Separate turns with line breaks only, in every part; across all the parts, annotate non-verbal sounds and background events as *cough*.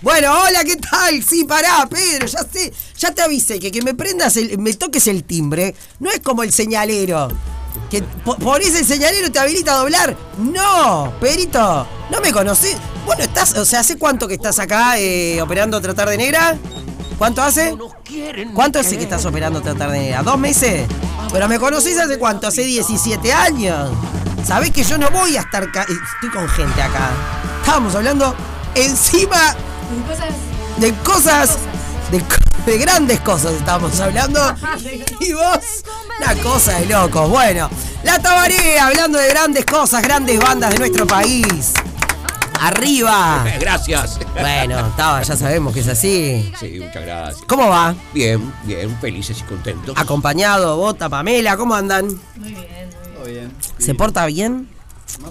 Bueno, hola, ¿qué tal? Sí, pará, Pedro, ya sé, ya te avisé que que me prendas el, me toques el timbre, no es como el señalero. Que po- ponés el señalero te habilita a doblar. No, Pedrito, no me conocés. Bueno, estás, o sea, ¿hace cuánto que estás acá eh, operando tratar de negra? ¿Cuánto hace? ¿Cuánto hace que estás operando tratar de negra? ¿Dos meses? Pero me conocés hace cuánto, hace 17 años. Sabés que yo no voy a estar ca- eh, Estoy con gente acá. Estábamos hablando encima
Cosas.
de cosas, de, co- de grandes cosas estábamos hablando. Y vos, una cosa de locos. Bueno, la Tabaré, hablando de grandes cosas, grandes bandas de nuestro país. Arriba.
Eh, *laughs* Gracias.
Bueno, Taba, ya sabemos que es así.
Sí, muchas gracias.
¿Cómo va?
Bien, bien, felices y contentos.
Ah. Acompañado, Bota, Pamela, ¿cómo andan?
Muy bien, muy bien.
¿Se porta bien?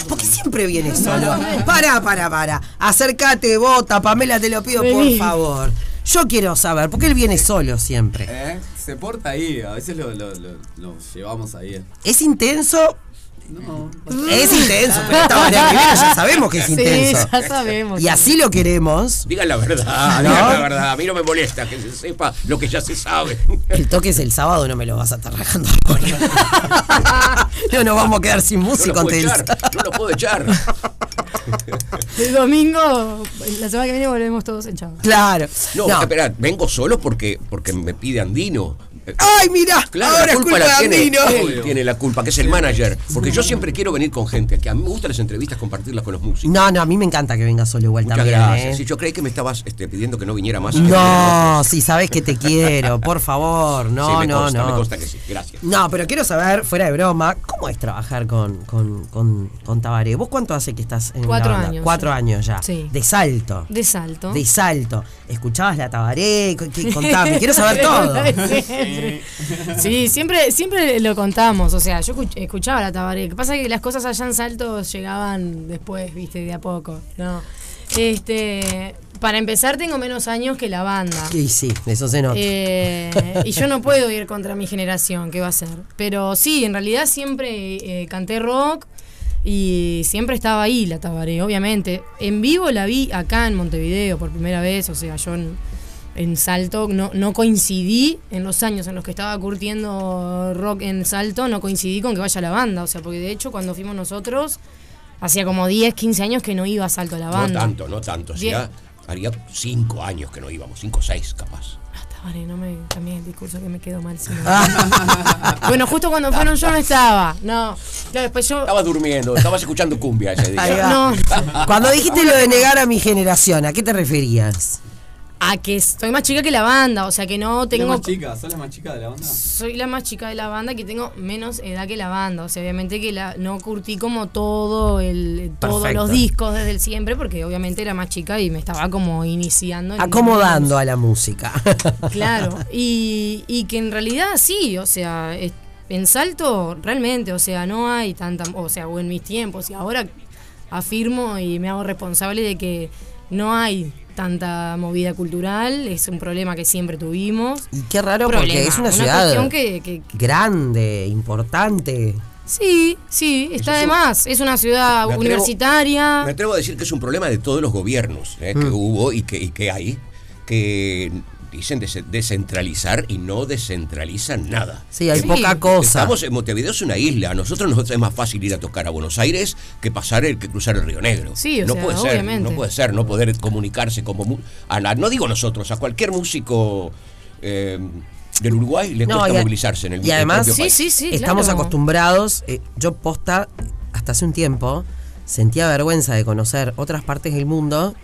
Porque siempre viene solo. Para, para, para. Acércate, bota, Pamela, te lo pido por
Vení.
favor. Yo quiero saber, porque él viene solo siempre.
¿Eh? Se porta ahí, a veces lo, lo- lo- lo llevamos ahí.
Es intenso.
No,
Es intenso, pero esta manera que viene ya sabemos que es intenso.
Sí, ya sabemos.
Y así lo queremos.
Digan la verdad,
¿No?
digan la verdad. A mí no me molesta que se sepa lo que ya se
*laughs*
sabe.
El toque es el sábado, no me lo vas a estar *laughs* rajando ahora. No nos vamos a quedar sin
No lo
músico
puedo
antes del
echar, no lo puedo
*laughs*
echar.
El domingo, la semana que viene volvemos todos hinchados.
Claro.
No,
No.
espera, vengo solo porque, porque me pide Andino. Eh,
¡Ay, mirá!
Claro,
ahora
la
es
culpa,
culpa de
la tiene,
Andino.
él tiene la culpa, que es el manager. Porque yo siempre quiero venir con gente, que a mí me gustan las entrevistas compartirlas con los músicos.
No, no, a mí me encanta que venga solo igual
Muchas
también. ¿eh?
gracias. Sí, yo creí que me estabas este, pidiendo que no viniera más.
No, si sabes que te quiero, por favor,
Sí,
no,
me
no,
consta,
no.
Me consta que sí, gracias.
No, pero quiero saber, fuera de broma, ¿cómo es trabajar con, con, con, con Tabaré? ¿Vos cuánto hace que estás en la
Cuatro
banda?
años.
Cuatro años ya.
Sí.
De salto.
De salto.
De salto. ¿Escuchabas la Tabaré? ¿Qué- qué- Contame, quiero
*laughs*
saber todo.
Siempre. Sí, siempre, siempre lo contamos. O sea, yo escuch- escuchaba la tabaré. Lo que pasa es que las cosas allá en Salto llegaban después, viste, de a poco. No. Este, para empezar, tengo menos años que la banda.
Y sí, eso se nota.
Eh, y yo no puedo ir contra mi generación, ¿qué va a ser? Pero sí, en realidad siempre eh, canté rock y siempre estaba ahí la Tabaré, obviamente. En vivo la vi acá en Montevideo por primera vez, o sea, yo en, en Salto no, no coincidí en los años en los que estaba curtiendo rock en Salto, no coincidí con que vaya la banda, o sea, porque de hecho cuando fuimos nosotros, hacía como 10, 15 años que no iba a Salto la
No
banda.
tanto, no tanto. Hacía,
Bien.
haría cinco años que no íbamos, cinco o seis capaz.
Ah, Tabaré, no me cambié el discurso que me quedó mal. si no. bueno, justo cuando fueron yo no estaba. No, claro, después yo.
Estaba durmiendo, estabas escuchando cumbia ese
Ahí
día.
va.
No,
Cuando dijiste lo de negar a mi generación, ¿a qué te referías?
a que estoy más chica que la banda, o sea que no
¿Son las
tengo.
más chicas? ¿Son las más chicas de la banda?
Soy la más chica de la banda que tengo menos edad que la banda. O sea, obviamente que la, no curtí como todo el, todos
Perfecto.
los discos desde el siempre, porque obviamente era más chica y me estaba como iniciando. en-
Acomodando a la música. *laughs*
Claro, y, y que en realidad sí, o sea, es- en salto realmente, o sea, no hay tanta, o sea, o en mis tiempos, y ahora afirmo y me hago responsable de que no hay tanta movida cultural, es un problema que siempre tuvimos.
Y qué raro porque
Problema,
es una
una
ciudad
cuestión que- que- que-
grande, importante.
Sí, sí, está de más, es una ciudad
Me atrevo-
universitaria.
Me atrevo a decir que es un problema de todos los gobiernos eh,
Mm.
que hubo y que, y que hay, que dicen des- descentralizar y no descentralizan nada.
Sí, hay
Sí.
poca cosa.
Estamos en Montevideo, es una isla. A nosotros nos es más fácil ir a tocar a Buenos Aires que pasar el que cruzar el Río Negro.
Sí, o
no
sea,
puede ser,
obviamente.
no puede ser, no poder comunicarse como mu- a la- no digo nosotros, a cualquier músico eh, del Uruguay le
No,
cuesta
y a-
movilizarse en el
y además-
propio
Sí,
país.
sí, sí,
Estamos
claro.
acostumbrados, eh, yo posta, hasta hace un tiempo, sentía vergüenza de conocer otras partes del mundo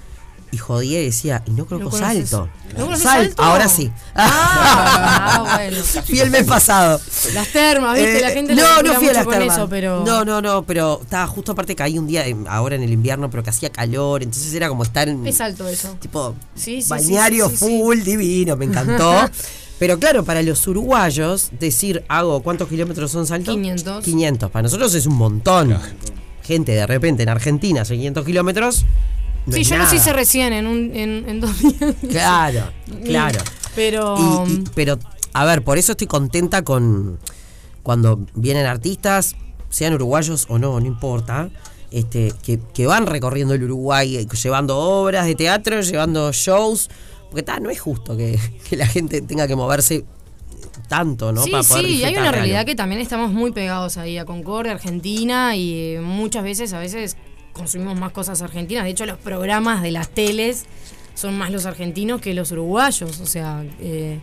y jodía y decía, y no creo
¿No
que
conoces-
salto.
¿No conoces
Sal-
Salto?
Ahora sí.
Ah, ah, bueno.
*laughs* Fui el mes pasado.
Las termas, viste, la
Eh,
gente
no,
labura
no fui a
mucho
las
con
termas.
eso, pero
No, no, no, pero estaba justo aparte caí un día, en- ahora en el invierno, pero que hacía calor, entonces era como estar en...
es alto eso.
tipo
Sí, sí,
balneario
sí, sí, sí, sí.
full, divino, me
*laughs*
encantó. Pero claro, para los uruguayos, decir hago cuántos kilómetros son salto?
500.
500. Para nosotros es un montón. Gente, de repente en Argentina hace 500 kilómetros. no
sí,
es
yo los
nada.
hice recién en, un, en, en dos días.
Claro, *laughs* claro.
Pero. mm,
Y- y- pero, a ver, por eso estoy contenta con cuando vienen artistas, sean uruguayos o no, no importa. este, que, que van recorriendo el Uruguay, eh, llevando obras de teatro, llevando shows. Porque ta, no es justo que, *laughs* que la gente tenga que moverse tanto, ¿no?
Sí,
Para poder
sí, y hay
disfrutar
una
de
realidad
algo.
que también estamos muy pegados ahí a Concordia, Argentina, y eh, muchas veces, a veces, consumimos más cosas argentinas. De hecho, los programas de las teles son más los argentinos que los uruguayos, o sea... eh,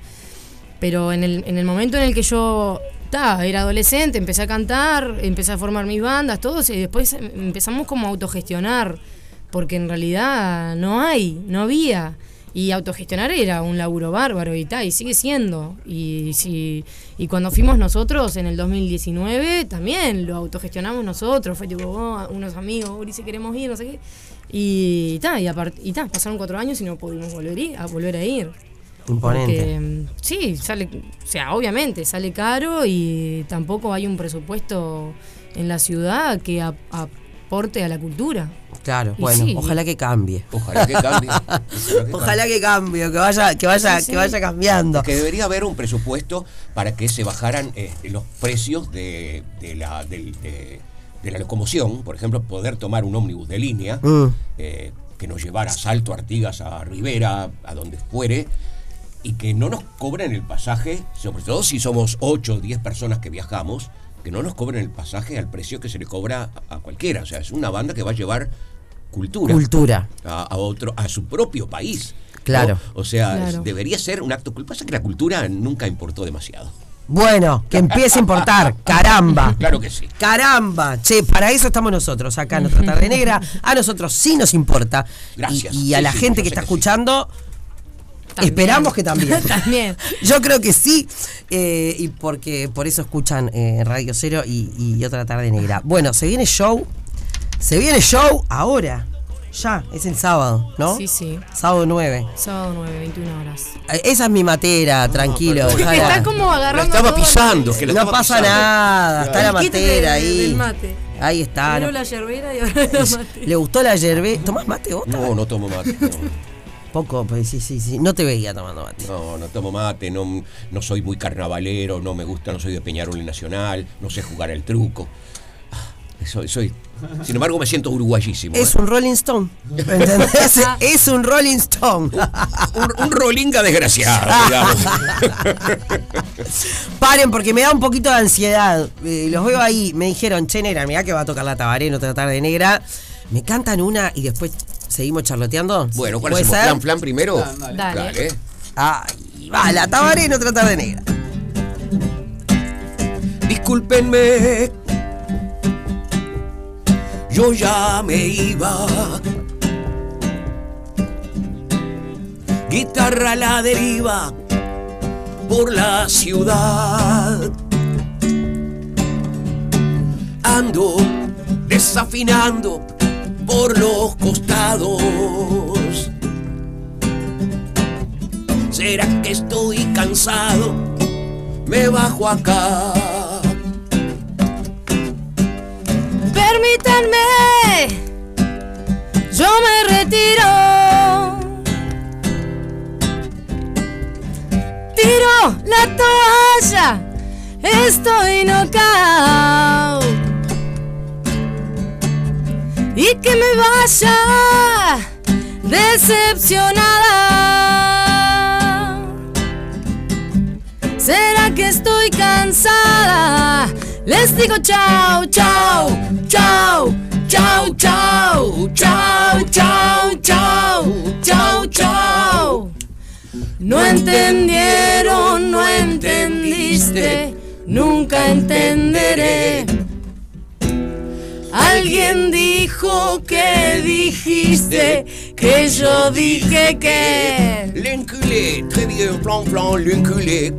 pero en el, en el momento en el que yo ta, era adolescente, empecé a cantar, empecé a formar mis bandas, todos, y después em- empezamos como a autogestionar, porque en realidad no hay, no había. Y autogestionar era un laburo bárbaro y tal, y sigue siendo. Y, si, y cuando fuimos nosotros en el 2019, también lo autogestionamos nosotros. Fue tipo, oh, unos amigos, Uri, si queremos ir, no sé qué. Y ta, y, apart- y ta, pasaron cuatro años y no pudimos volver, i- a, volver a ir.
Imponente.
Porque, mm, sí, sale, o sea, obviamente sale caro y tampoco hay un presupuesto en la ciudad que ap- aporte a la cultura.
Claro,
Y
bueno,
sí.
ojalá que cambie.
Ojalá que
*laughs*
cambie.
Ojalá que cambie, que vaya, que vaya,
Sí, sí.
que vaya cambiando.
Que debería haber un presupuesto para que se bajaran eh, los precios de, de la, del- de- de la locomoción. Por ejemplo, poder tomar un ómnibus de línea
Mm.
eh, que nos llevara a Salto, a Artigas, a Rivera, a donde fuere, y que no nos cobren el pasaje, sobre todo si somos 8 o 10 personas que viajamos, que no nos cobren el pasaje al precio que se le cobra a a cualquiera. O sea, es una banda que va a llevar cultura.
Cultura.
a, a otro, a su propio país. ¿no?
Claro.
O sea, es-
Claro.
debería ser un acto culpa. Pasa que la cultura nunca importó demasiado.
Bueno, que empiece a importar, caramba.
Claro que sí.
Caramba, che, para eso estamos nosotros acá en nuestra tarde
*laughs*
negra. A nosotros sí nos importa.
Gracias.
Y, y a la
Sí, sí,
gente
yo
que
sé
está
que sí.
escuchando,
También.
esperamos
*laughs*
que también.
También.
Yo creo que sí, eh, y porque por eso escuchan eh, Radio Cero y, y otra tarde negra. Bueno, se viene show, se viene show ahora, ya, es el sábado, ¿no?
Sí, sí.
Sábado 9.
Sábado 9, 21 horas.
Eh, Esa es mi matera, tranquilo.
perdón.
dejala.
Está como
La
agarrando.
estaba
todo.
pisando. Que la
no
estaba
pasa
pisando.
nada, está la
El kit de-
matera ahí.
del mate.
Ahí está.
Primero
no-
la yerbera y ahora la mate.
¿Le gustó la yerbe? ¿Tomás mate vos?
No, no tomo mate.
Poco, pues sí, sí, sí. No te veía tomando mate.
No, no, no tomo mate. No, no soy muy carnavalero. No me gusta. No soy de Peñarol y Nacional. No sé jugar al truco. Ah, Soy, soy. Sin embargo, me siento uruguayísimo. ¿eh?
Es un Rolling Stone. ¿Entendés? es un Rolling Stone.
Un, un rolinga desgraciado. *laughs* digamos.
Paren, porque me da un poquito de ansiedad. Eh, los veo ahí. Me dijeron, che, negra, mirá que va a tocar la tabaré, no te tarde negra. Me cantan una y después seguimos charloteando.
Bueno, ¿cuál
¿Puede
hacemos?
ser?
¿Flan, flan primero?
Flan, dale.
Dale.
Ahí va, la tabaré, no tratar de negra.
Discúlpenme, yo ya me iba. Guitarra a la deriva por la ciudad. Ando desafinando por los costados. ¿Será que estoy cansado? Me bajo acá.
Permítanme, yo me retiro. Tiro la toalla, estoy knockout. Y que me vaya decepcionada. ¿Será que estoy cansada? Les digo chao, chao, chao, chao, chao, chao, chao, chao, chao, chao. No entendieron, no entendiste, nunca entenderé. Alguien dijo que dijiste, que yo dije que.
L'enculé, très bien, plan, plan, l'enculé,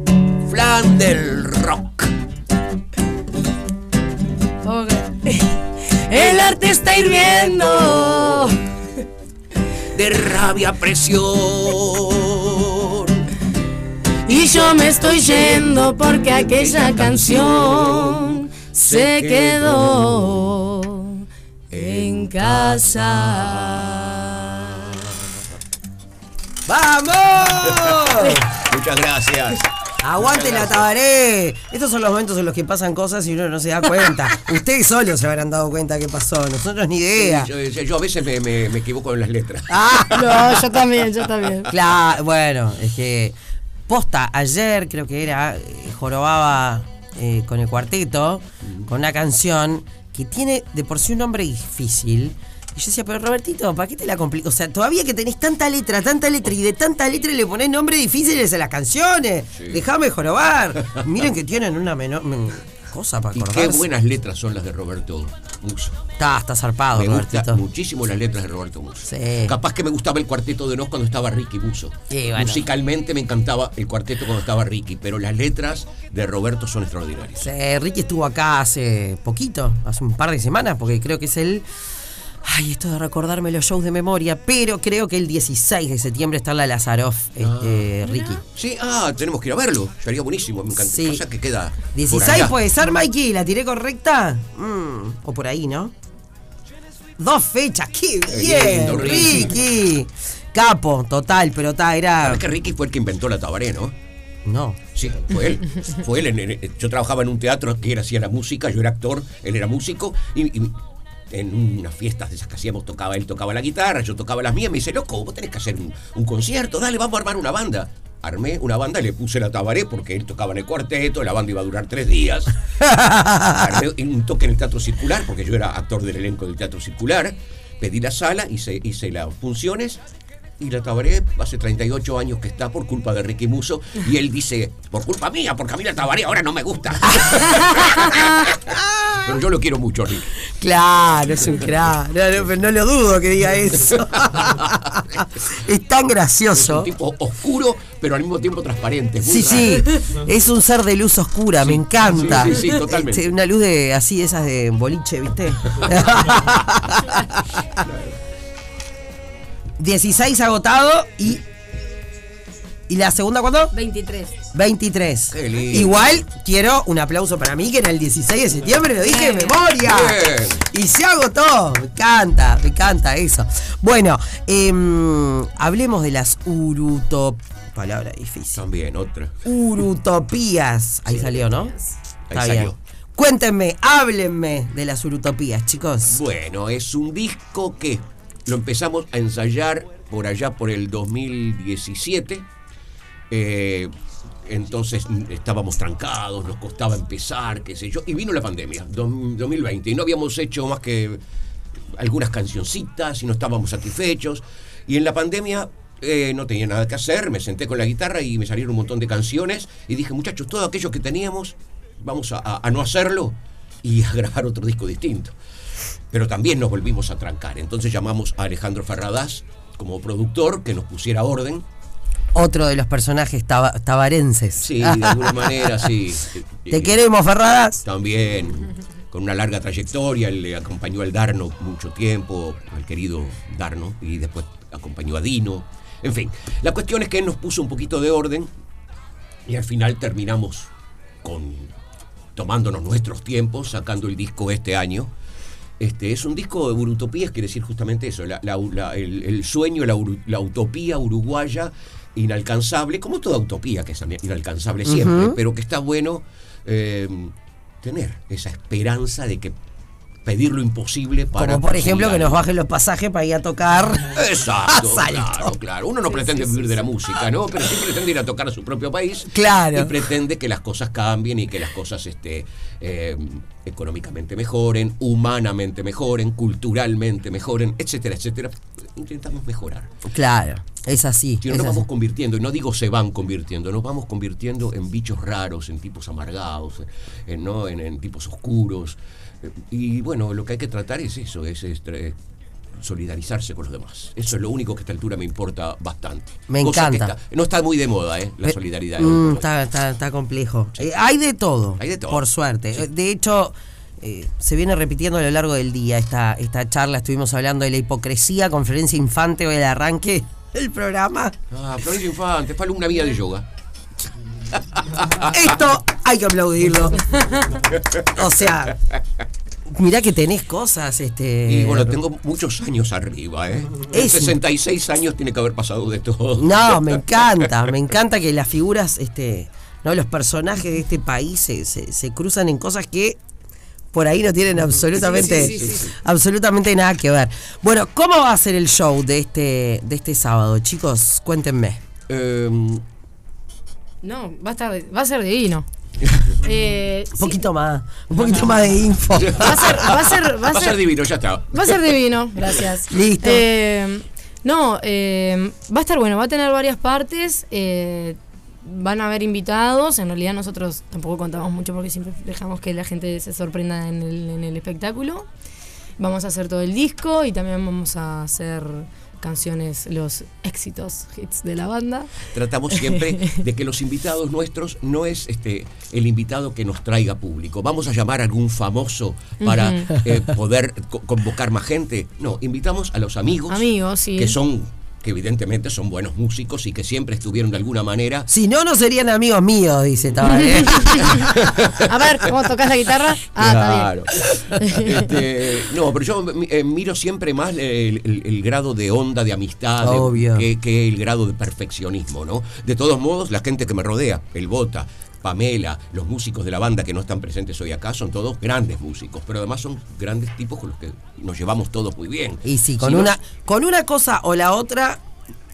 flan del rock.
El arte está hirviendo.
De rabia, presión.
Y yo me estoy yendo porque aquella canción se quedó en casa.
¡Vamos!
Muchas gracias.
Aguante la tabaré. Estos son los momentos en los que pasan cosas y uno no se da cuenta. Ustedes solos se habrán dado cuenta que pasó, nosotros ni idea.
Yo, yo- yo a veces me, me- me equivoco en las letras.
Ah.
No, yo también, yo también.
Claro, bueno, es que posta, ayer creo que era, eh, jorobaba eh, con el cuarteto, con una canción que tiene de por sí un nombre difícil. Y yo decía, pero Robertito, ¿para qué te la complicas? O sea, todavía que tenés tanta letra, tanta letra, y de tanta letra le ponés nombres difíciles a las canciones.
Sí.
Dejame jorobar. Miren que tienen una menor men- cosa para
Y
acordarse.
qué buenas letras son las de Roberto Musso.
Está, está zarpado,
Me
Ah,
gustan
Robertito.
muchísimo las letras de Roberto Musso.
Sí.
Capaz que me gustaba el cuarteto de Nos cuando estaba Ricky Musso.
Sí, bueno.
Musicalmente me encantaba el cuarteto cuando estaba Ricky, pero las letras de Roberto son extraordinarias.
Sí, Ricky estuvo acá hace poquito, hace un par de semanas, porque creo que es el. Ay, esto de recordarme los shows de memoria, pero creo que el 16 de septiembre está en la Lazaroff,
Ah.
este, Ricky.
Sí, ah, tenemos que ir a verlo. Sería buenísimo, me encanta.
Sí.
Pasa que queda. por
16
allá.
puede ser, Mikey, ¿la tiré correcta? Mm, o por ahí, ¿no? Dos fechas, qué
lindo,
bien,
Ricky.
Ricky. Capo, total, pero está, era.
Sabés que Ricky fue el que inventó la tabaré, ¿no?
No.
Sí, fue él.
*laughs*
Fue él. en- en- yo trabajaba en un teatro que él hacía la música, yo era actor, él era músico. Y, y en unas fiestas de esas que hacíamos, tocaba él tocaba la guitarra, yo tocaba las mías. Me dice, loco, vos tenés que hacer un, un concierto, dale, vamos a armar una banda. Armé una banda, le puse la tabaré porque él tocaba en el cuarteto, la banda iba a durar tres días. Armé un toque en el teatro circular, porque yo era actor del elenco del teatro circular. Pedí la sala, hice, hice las funciones y la Tabaré hace 38 años que está por culpa de Ricky Muso y él dice, por culpa mía, porque a mí la Tabaré ahora no me
*laughs*
gusta. Pero yo lo quiero mucho, Ricky.
Claro,
*laughs*
es un crack. No, no, pero no lo dudo que diga eso. *laughs* es tan
Es un
gracioso.
tipo oscuro, pero al mismo tiempo transparente. es muy
Sí,
raro.
sí, es un ser de luz oscura, me encanta.
sí, sí, sí, totalmente.
Este, una luz de así, de esas de boliche,
*laughs*
¿viste? 16 agotado y. ¿Y la segunda cuándo?
23.
23.
Qué lindo.
Igual quiero un aplauso para mí, que en el 16 de septiembre lo dije de
Bien.
memoria.
Bien.
Y se agotó. Me encanta, me encanta eso. Bueno, em, hablemos de las urutop. Palabra difícil.
También otra.
Urutopías. Ahí salió, ¿no? Está bien.
salió.
Cuéntenme, háblenme de las urutopías, chicos.
Bueno, es un disco que lo empezamos a ensayar por allá por el 2017. Eh, entonces mm, estábamos trancados, nos costaba empezar, qué sé yo. Y vino la pandemia, dos- 2020, y no habíamos hecho más que algunas cancioncitas y no estábamos satisfechos. Y en la pandemia eh, no tenía nada que hacer, me senté con la guitarra y me salieron un montón de canciones y dije, muchachos, todo aquello que teníamos, vamos a, a- a no hacerlo y a *laughs* grabar otro disco distinto. Pero también nos volvimos a trancar. Entonces llamamos a Alejandro Ferradas como productor que nos pusiera orden.
Otro de los personajes taba- tabarenses.
Sí, de alguna manera, sí.
Te queremos, Ferradas.
También, con una larga trayectoria, le acompañó al Darno mucho tiempo, al querido Darno, y después acompañó a Dino. En fin, la cuestión es que él nos puso un poquito de orden y al final terminamos con tomándonos nuestros tiempos, sacando el disco este año. Este, es un disco de urutopías, quiere decir justamente eso, la- la- la- el, el sueño, la, uru- la utopía uruguaya inalcanzable, como toda utopía que es inalcanzable siempre, pero que está bueno eh, tener esa esperanza de que pedir lo imposible para...
Como por ejemplo que
conseguir
nos
algo.
bajen los pasajes para ir a tocar.
Exacto,
Asalto.
claro, claro. Uno no pretende vivir de la música, ¿no? Pero sí pretende ir a tocar a su propio país.
Claro.
Y pretende que las cosas cambien y que las cosas este, eh, económicamente mejoren, humanamente mejoren, culturalmente mejoren, etcétera, etcétera. Intentamos mejorar.
Claro, es así.
Si no,
es
nos
así.
vamos convirtiendo, y no digo se van convirtiendo, nos vamos convirtiendo en bichos raros, en tipos amargados, en, ¿no? en, en tipos oscuros. Eh, Y bueno, lo que hay que tratar es eso, es, este, solidarizarse con los demás. Eso es lo único que a esta altura me importa bastante.
Me
que
encanta.
está- no está muy de moda, ¿eh? La
Pe-
solidaridad.
Mm, está, está- está complejo. Eh, hay de todo.
Hay de todo.
Por suerte. Eh, De hecho, eh, se viene repitiendo a lo largo del día esta, esta charla. Estuvimos hablando de la hipocresía con Florencia Infante hoy el arranque del programa.
Ah, Florencia Infante, fue alumna mía de yoga.
Esto hay que aplaudirlo. O sea, mirá que tenés cosas, este.
Y bueno, tengo muchos años arriba, ¿eh?
Es-
66 años tiene que haber pasado de todo. *laughs*
No, me encanta, me encanta que las figuras este, ¿no? Los personajes de este país se, se- se cruzan en cosas que por ahí no tienen absolutamente,
sí, sí, sí.
absolutamente nada que ver. Bueno, ¿cómo va a ser el show de este, de este sábado, chicos? Cuéntenme.
Em,
No, va a, estar, va a ser
*laughs*
divino. Eh,
Un
sí,
poquito más, un poquito más de info.
va a ser, va a
*laughs*
ser,
va a ser divino, ya está.
Va a ser divino, gracias.
Listo.
Eh, no, eh, va a estar bueno, va a tener varias partes. eh, van a haber invitados. En realidad, nosotros tampoco contamos mucho porque siempre dejamos que la gente se sorprenda en el, en el espectáculo. Vamos a hacer todo el disco y también vamos a hacer canciones, los éxitos, hits de la banda.
Tratamos siempre de que los invitados nuestros no es este el invitado que nos traiga público. Vamos a llamar a algún famoso para eh, poder co- convocar más gente. No, invitamos a los amigos,
Amigos, sí.
que son que evidentemente son buenos músicos y que siempre estuvieron de alguna manera.
Si no, no serían amigos míos, dice
*laughs*
Tabaré.
A ver, ¿cómo tocas la guitarra? Ah, está bien.
Este, no, pero yo mi- eh, miro siempre más el, el- el grado de onda de amistad de-
Obvio.
que, que el grado de perfeccionismo, ¿no? De todos modos, la gente que me rodea, el Bota, Pamela, los músicos de la banda que no están presentes hoy acá, son todos grandes músicos, pero además son grandes tipos con los que nos llevamos todos muy bien.
Y sí, con
Si no-
una, con una cosa o la otra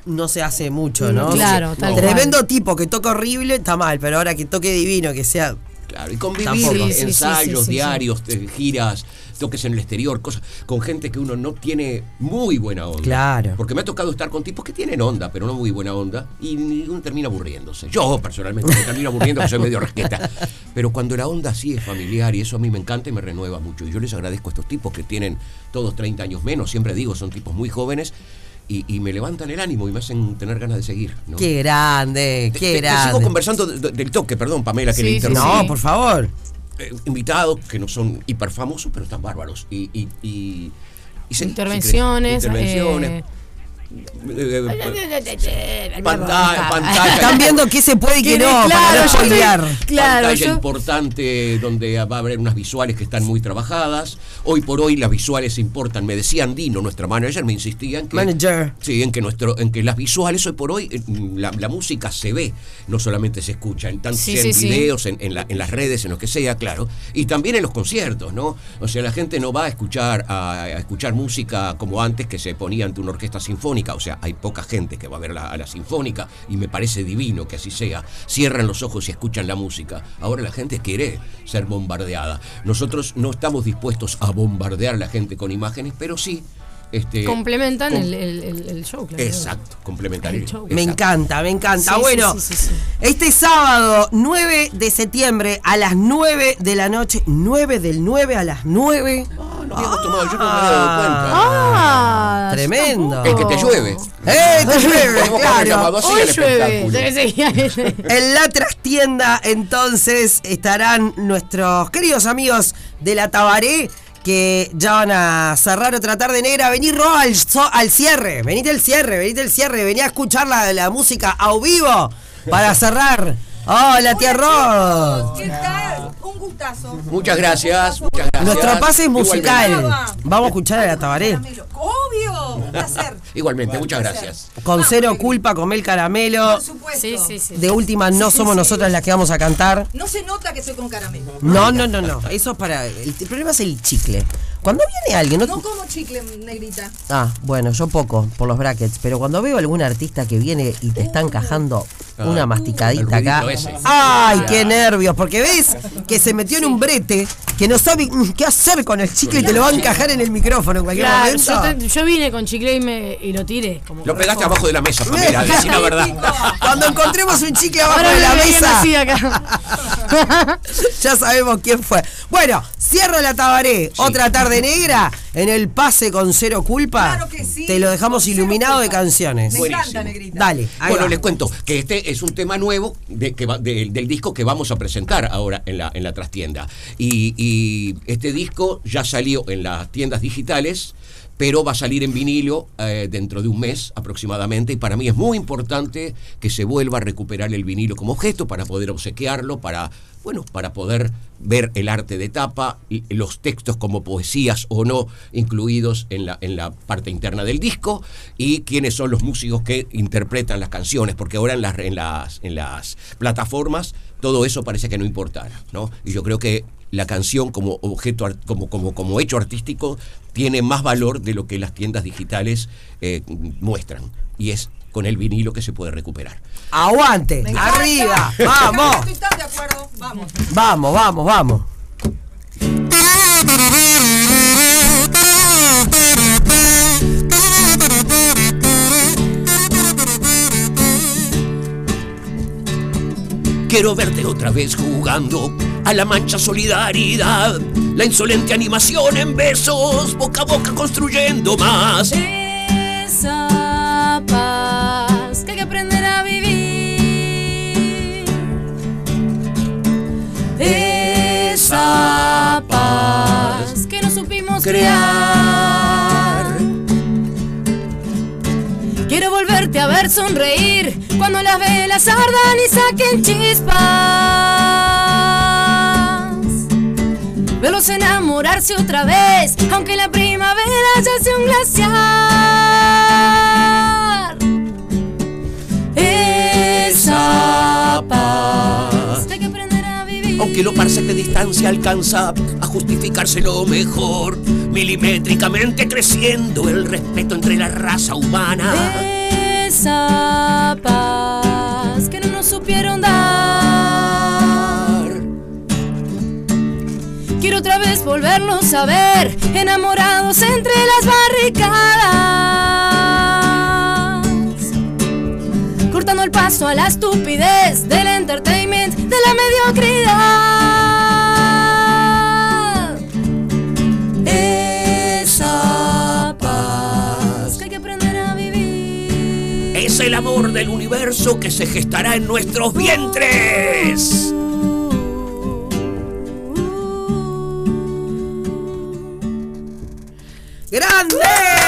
no se hace mucho, ¿no?
Claro, tal cual.
Tremendo tipo que toca horrible está mal, pero ahora que toque divino, que sea.
Claro, y convivir,
Tampoco.
Sí, sí, sí,
ensayos
sí, sí, sí.
diarios, eh, giras, toques en el exterior, cosas con gente que uno no tiene muy buena onda.
Claro.
Porque me ha tocado estar con tipos que tienen onda, pero no muy buena onda, y uno termina aburriéndose. Yo personalmente me termino aburriendo porque soy medio rasqueta. Pero cuando la onda sí es familiar, y eso a mí me encanta y me renueva mucho. Y yo les agradezco a estos tipos que tienen todos 30 años menos, siempre digo, son tipos muy jóvenes, y, y me levantan el ánimo y me hacen tener ganas de seguir. ¿no?
Qué grande,
Te-
qué
te- te sigo
grande.
conversando de- de- del toque, perdón, Pamela, que
Sí,
le
sí,
interrumpí
No,
Sí.
por favor.
eh, invitados que no son hiper famosos, pero están bárbaros. Y, y, y- y se-
Intervenciones.
se cre- intervenciones.
eh,
eh, eh, pantalla, pantalla-
Están viendo qué se puede y qué
Que-
no, para
claro,
no
yo estoy-
spoilear.
Claro,
pantalla
yo,
importante donde va a haber unas visuales que están muy trabajadas. Hoy por hoy las visuales importan. Me decían Dino, nuestra manager, me insistían que.
Manager.
Sí, en que, nuestro, en que las visuales hoy por hoy, eh, la, la música se ve, no solamente se escucha, en tantos
Sí,
en
sí, sí.
videos, en, en la- en las redes, en lo que sea, claro, y también en los conciertos, ¿no? O sea, la gente no va a escuchar, a, a escuchar música como antes que se ponía ante una orquesta sinfónica, o sea, hay poca gente que va a ver la, a la sinfónica, y me parece divino que así sea, cierran los ojos y escuchan la música, ahora la gente quiere ser bombardeada, nosotros no estamos dispuestos a bombardear a la gente con imágenes, pero sí... Este,
complementan
com-
el, el- el- el show, claro.
Exacto, complementario.
El show.
Me
Exacto.
encanta, me encanta.
Sí,
bueno,
sí, sí, sí, sí.
este sábado 9 de septiembre a las 9 de la noche, 9 del 9 a las 9.
Ah, no habíamos tomado, yo no me había dado cuenta.
Ah, yo
Tremendo.
tampoco.
El que te llueve.
¡Eh, te llueve!
Tenemos que haber
claro.
llamado así
Hoy
al espectáculo.
llueve.
*laughs*
Sí, sí.
En la trastienda entonces estarán nuestros queridos amigos de la Tabaré que ya van a cerrar otra tarde negra. Vení Ro al, so- al cierre, venite al cierre, venite al cierre, vení a escuchar la, la música a vivo para cerrar. Hola tía Ro.
¿Qué tal? Un gustazo.
Muchas gracias, muchas gracias.
Nuestro pase es musical.
Igualmente,
Vamos a escuchar a la Tabaré.
Caramelo. Obvio, un placer.
Igualmente, muchas gracias.
Con cero culpa, comer el caramelo.
Por supuesto.
Sí, sí, sí.
De última, no somos nosotras las que vamos a cantar.
No se nota que soy con caramelo.
No, no, no, no. Eso es para. El, el problema es el chicle. Cuando viene alguien. No,
No como chicle, negrita.
ah, bueno, yo poco, por los brackets. Pero cuando veo algún artista que viene y te está encajando
Ah.
una
el
masticadita
ruidito
acá.
ese.
¡Ay, qué nervios! Porque ves que se metió en un brete que no sabe mm, qué hacer con el chicle y te lo va a encajar en el micrófono en cualquier
Claro, yo,
momento.
te- yo vine con chicle y, me, y lo tiré. Como
Lo
corresponde.
pegaste abajo de la mesa, Pamela, decí la verdad.
Cuando encontremos un chicle abajo
Ahora
de la
me viene
mesa.
así
*laughs*
acá.
ya sabemos quién fue. Bueno, cierra la tabaré. Otra tarde negra en el pase con cero culpa.
Claro que sí.
Ah, Te lo dejamos
Con cero
iluminado de
culpa.
canciones.
Me
Buenísimo.
encanta, negrita.
Dale, ahí
Bueno,
va.
les cuento que este es un tema nuevo de, que va- de- del disco que vamos a presentar ahora en la, en la trastienda. Y, y este disco ya salió en las tiendas digitales, pero va a salir en vinilo eh, dentro de un mes aproximadamente y para mí es muy importante que se vuelva a recuperar el vinilo como objeto para poder obsequiarlo, para bueno, para poder ver el arte de tapa, y los textos como poesías o no incluidos en la, en la parte interna del disco y quiénes son los músicos que interpretan las canciones, porque ahora en las, en las, en las plataformas todo eso parece que no importara, ¿no? Y yo creo que la canción como objeto, ar- como, como, como hecho artístico, tiene más valor de lo que las tiendas digitales eh, muestran. Y es con el vinilo que se puede recuperar.
Aguante,
Me encanta.
arriba,
Me encanta,
vamos,
Estoy tan de acuerdo. Vamos.
vamos, vamos, vamos.
Quiero verte otra vez jugando a la mancha solidaridad, la insolente animación en besos, boca a boca construyendo más.
Esa paz que hay que aprender a vivir. Esa paz que no supimos crear. Quiero volverte a ver sonreír cuando las velas ardan y saquen chispas. Verlos enamorarse otra vez, aunque la primavera ya sea un glaciar. Esa paz que hay que aprender a vivir.
Aunque lo parsec de distancia alcanza a justificarse lo mejor, milimétricamente creciendo el respeto entre la raza humana.
Esa paz que no nos supieron dar. Quiero otra vez volverlos a ver, enamorados entre las barricadas. Cortando el paso a la estupidez del entertainment, de la mediocridad. Esa paz Pues que hay que aprender a vivir.
Es el amor del universo que se gestará en nuestros vientres.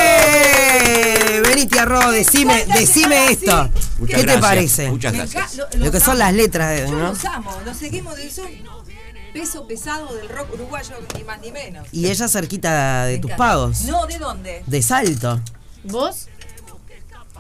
¡Grande! Vení, tía Ro, decime,
Cuéntate,
decime
ahora
esto.
sí.
¿Qué
Muchas
te
gracias,
parece?
Muchas
Me
gracias.
enca- lo-
Lo que
los
son
amo.
las letras,
Yo
¿no?
los amo, los seguimos de eso. Peso pesado del rock uruguayo, ni más ni menos.
Y ella cerquita de
Me
tus
encanta.
pagos.
No, ¿de dónde?
De salto.
¿Vos?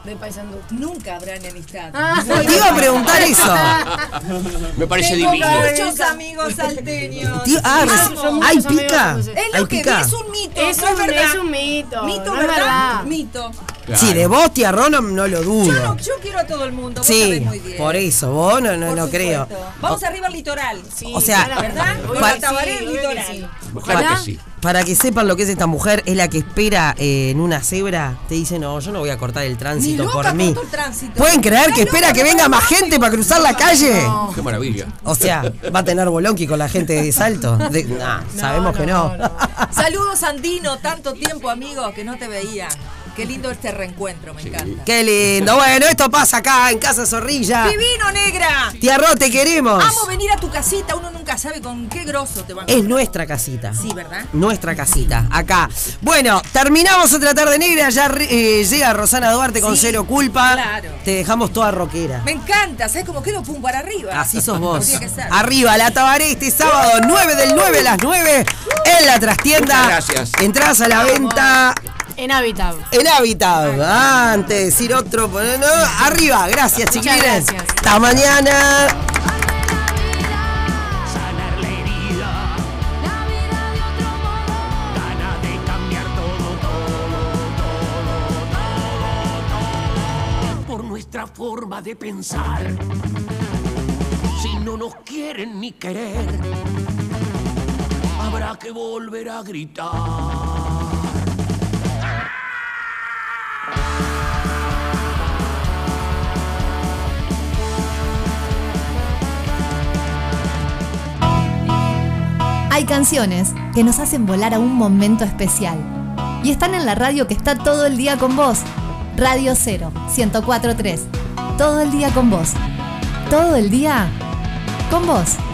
De Ah, Paisandú.
Nunca habrá enemistad.
Te iba a preguntar eso.
*laughs*
Me parece
Tengo
divino.
que-
Muchos amigos salteños.
Tío, ah,
Amo.
res-
Son muchos
ay,
amigos,
pica.
entonces.
es
Ay,
lo que vi,
pica.
es un mito.
Es
no es
un-
verdad.
es un mito,
Mito,
no es
¿verdad?
verdad.
Mito.
Claro.
Sí, de vos, tía Ro, no, no lo dudo.
Yo, no- yo quiero a todo el mundo. vos sabés
sí,
muy bien.
por eso, vos no, no,
Por
no creo.
supuesto. Vamos arriba al litoral.
O sea,
¿verdad?
Hoy
Para
sí,
Tabaré,
hoy
litoral.
sí.
Ojalá que sí.
Para que sepan lo que es esta mujer, es la que espera eh, en una cebra. Te dice, no, yo no voy a cortar el
Ni
tránsito
loca
por mí.
cortó el tránsito.
¿Pueden creer que
Está
espera
loca,
que venga
no
más
cortó.
gente para cruzar la calle?
Qué maravilla.
O sea, va a tener bolonqui con la gente de Salto. De- nah,
No,
sabemos que no.
no, no.
Saludos, Andino. Tanto tiempo, amigo, que no te veía. Qué lindo este reencuentro, me encanta.
Qué Ah. lindo. Bueno, esto pasa acá en Casa Zorrilla.
¡Divino, negra!
Tía Ro, te queremos.
Amo venir a tu casita. Uno nunca sabe con qué grosso te van a
Es nuestra casita.
Sí, ¿verdad?
Nuestra casita, acá. Bueno, terminamos otra tarde negra. Ya re- eh, llega Rosana Duarte con
Sí,
cero culpa.
claro.
Te dejamos toda roquera.
Me encanta. ¿Sabes cómo quedo? Pum, para arriba.
Así sos vos.
Como tiene que ser.
Arriba, la Tabaré este sábado, 9 del 9 a las 9, en la trastienda.
Muchas gracias.
Entradas a la venta
En Habitat.
en Habitat. Ah, Antes de decir otro, poner- no, arriba. Gracias,
Muchas
chiquilines.
gracias.
Hasta mañana.
sanar la herida. La vida de otro modo. Ganas de cambiar todo, todo, todo, todo, todo. Por nuestra forma de pensar. Si no nos quieren ni querer, habrá que volver a gritar.
Hay canciones que nos hacen volar a un momento especial. Y están en la radio que está todo el día con vos. Radio 0, 1043. Todo el día con vos. Todo el día con vos.